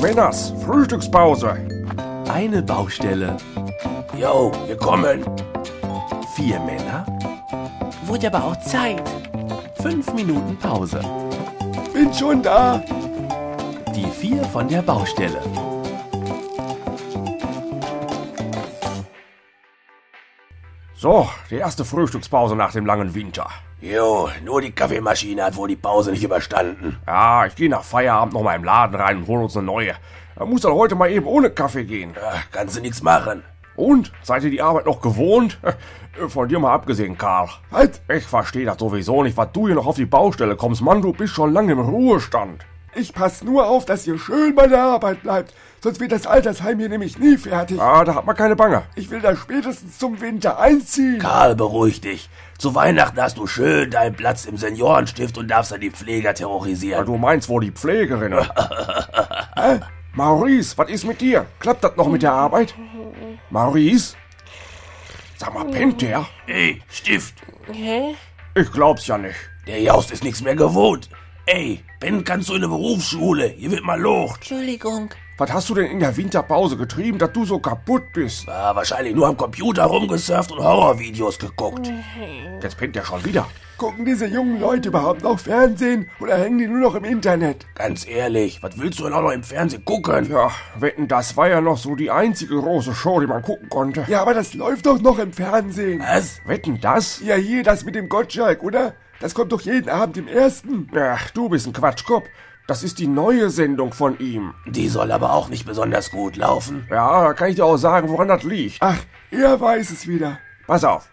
Männers, Frühstückspause. Eine Baustelle. Yo, wir kommen. Vier Männer. Wurde aber auch Zeit. Fünf Minuten Pause. Bin schon da. Die vier von der Baustelle. So, die erste Frühstückspause nach dem langen Winter. Jo, nur die Kaffeemaschine hat wohl die Pause nicht überstanden. Ja, ich gehe nach Feierabend nochmal im Laden rein und hol uns eine neue. Da muss dann heute mal eben ohne Kaffee gehen. Ach, kannst du nichts machen. Und, seid ihr die Arbeit noch gewohnt? Von dir mal abgesehen, Karl. Was? Ich verstehe das sowieso nicht, was du hier noch auf die Baustelle kommst. Mann, du bist schon lange im Ruhestand. Ich passe nur auf, dass ihr schön bei der Arbeit bleibt, sonst wird das Altersheim hier nämlich nie fertig. Ah, da hat man keine Bange. Ich will da spätestens zum Winter einziehen. Karl, beruhig dich. Zu Weihnachten hast du schön deinen Platz im Seniorenstift und darfst dann die Pfleger Ja, terrorisieren. Ah, du meinst wohl die Pflegerin. Hä? Maurice, was ist mit dir? Klappt das noch mit der Arbeit? Maurice? Sag mal, pennt der? Ey, Stift. Hä? Ich glaub's ja nicht. Der Jaust ist nichts mehr gewohnt. Ey, Ben kannst du in eine Berufsschule. Hier wird mal Lucht. Entschuldigung. Was hast du denn in der Winterpause getrieben, dass du so kaputt bist? Ah, wahrscheinlich nur am Computer rumgesurft und Horrorvideos geguckt. Jetzt pennt der schon wieder. Gucken diese jungen Leute überhaupt noch Fernsehen oder hängen die nur noch im Internet? Ganz ehrlich, was willst du denn auch noch im Fernsehen gucken? Ja, wetten, das war ja noch so die einzige große Show, die man gucken konnte. Ja, aber das läuft doch noch im Fernsehen. Was? Wetten, das? Ja, hier, das mit dem Gottschalk, oder? Das kommt doch jeden Abend im Ersten. Ach, du bist ein Quatschkopf. Das ist die neue Sendung von ihm. Die soll aber auch nicht besonders gut laufen. Ja, da kann ich dir auch sagen, woran das liegt. Ach, er weiß es wieder. Pass auf.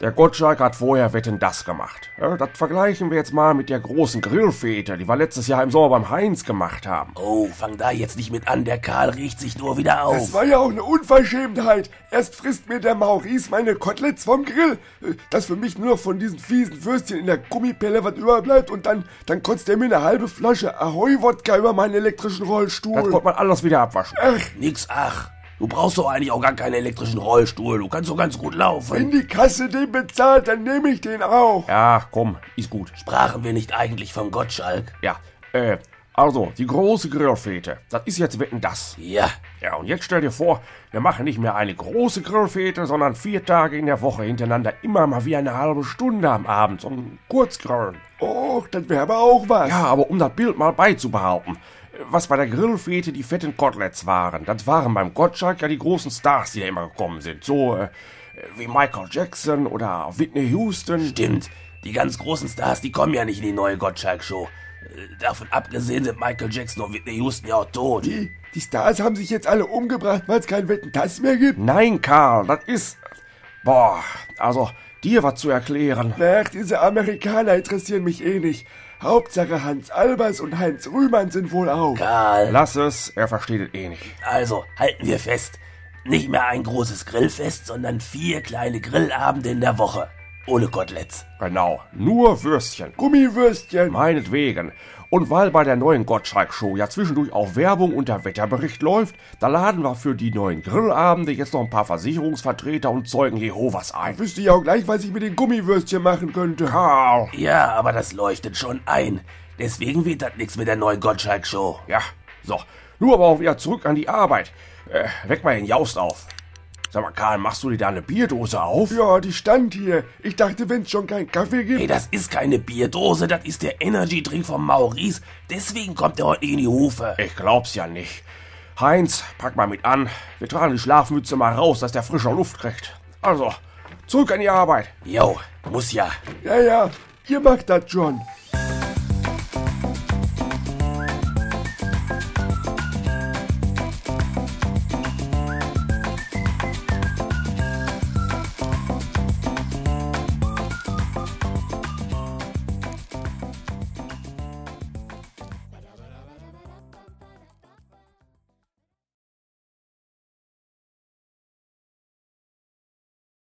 Der Gottschalk hat vorher Wetten das gemacht. Ja, das vergleichen wir jetzt mal mit der großen Grillfete, die wir letztes Jahr im Sommer beim Heinz gemacht haben. Oh, fang da jetzt nicht mit an. Der Karl riecht sich nur wieder auf. Das war ja auch eine Unverschämtheit. Erst frisst mir der Maurice meine Koteletts vom Grill, äh, das für mich nur noch von diesen fiesen Würstchen in der Gummipelle was überbleibt und dann, dann kotzt er mir eine halbe Flasche Ahoi-Wodka über meinen elektrischen Das Rollstuhl. konnte man alles wieder abwaschen. Nix ach. Du brauchst doch eigentlich auch gar keinen elektrischen Rollstuhl. Du kannst doch ganz gut Wenn laufen. die Kasse den bezahlt, dann nehme ich den auch. Ja, komm, ist gut. Sprachen wir nicht eigentlich von Gottschalk? Ja, äh, also, die große Grillfete, das ist jetzt Wetten das. Ja, Ja, und jetzt stell dir vor, wir machen nicht mehr eine große Grillfete, sondern vier Tage in der Woche hintereinander immer mal wie eine halbe Stunde am Abend, so ein Kurzgrillen. Och, das wäre aber auch was. Ja, aber um das Bild mal beizubehalten. Was bei der Grillfete die fetten Koteletts waren, das waren beim Gottschalk ja die großen Stars, die da immer gekommen sind. So äh, wie Michael Jackson oder Whitney Houston. stimmt. Die ganz großen Stars, die kommen ja nicht in die neue Gottschalk-Show. Äh, Davon abgesehen sind Michael Jackson und Whitney Houston ja auch tot. Die, die Stars haben sich jetzt alle umgebracht, weil es kein Wetten das mehr gibt. Nein, Karl, das ist... Boah, also dir was zu erklären. Ach, diese Amerikaner interessieren mich eh nicht. Hauptsache Hans Albers und Heinz Rühmann sind wohl auch. Karl, Lass es, er versteht es eh nicht. also halten wir fest. Nicht mehr ein großes Grillfest, sondern vier kleine Grillabende in der Woche. Ohne Koteletts. Genau, nur Würstchen. Gummiwürstchen. Meinetwegen. Und weil bei der neuen Gottschalk-Show ja zwischendurch auch Werbung und der Wetterbericht läuft, da laden wir für die neuen Grillabende jetzt noch ein paar Versicherungsvertreter und Zeugen Jehovas ein. Wüsste ich auch gleich, was ich mit den Gummiwürstchen machen könnte. Karl. Ja, aber das leuchtet schon ein. Deswegen wird das nichts mit der neuen Gottschalk-Show. Ja, so. Nur aber auch wieder zurück an die Arbeit. Äh, weck mal den Jaust auf. Sag mal, Karl, machst du dir da eine Bierdose auf? Ja, die stand hier. Ich dachte, wenn's schon keinen Kaffee gibt. Hey, das ist keine Bierdose, das ist der Energy-Drink von Maurice. Deswegen kommt er heute nicht in die Hufe. Ich glaub's ja nicht. Heinz, pack mal mit an. Wir tragen die Schlafmütze mal raus, dass der frische Luft kriegt. Also, zurück an die Arbeit. Jo, muss ja. Ja, ja, ihr macht das schon.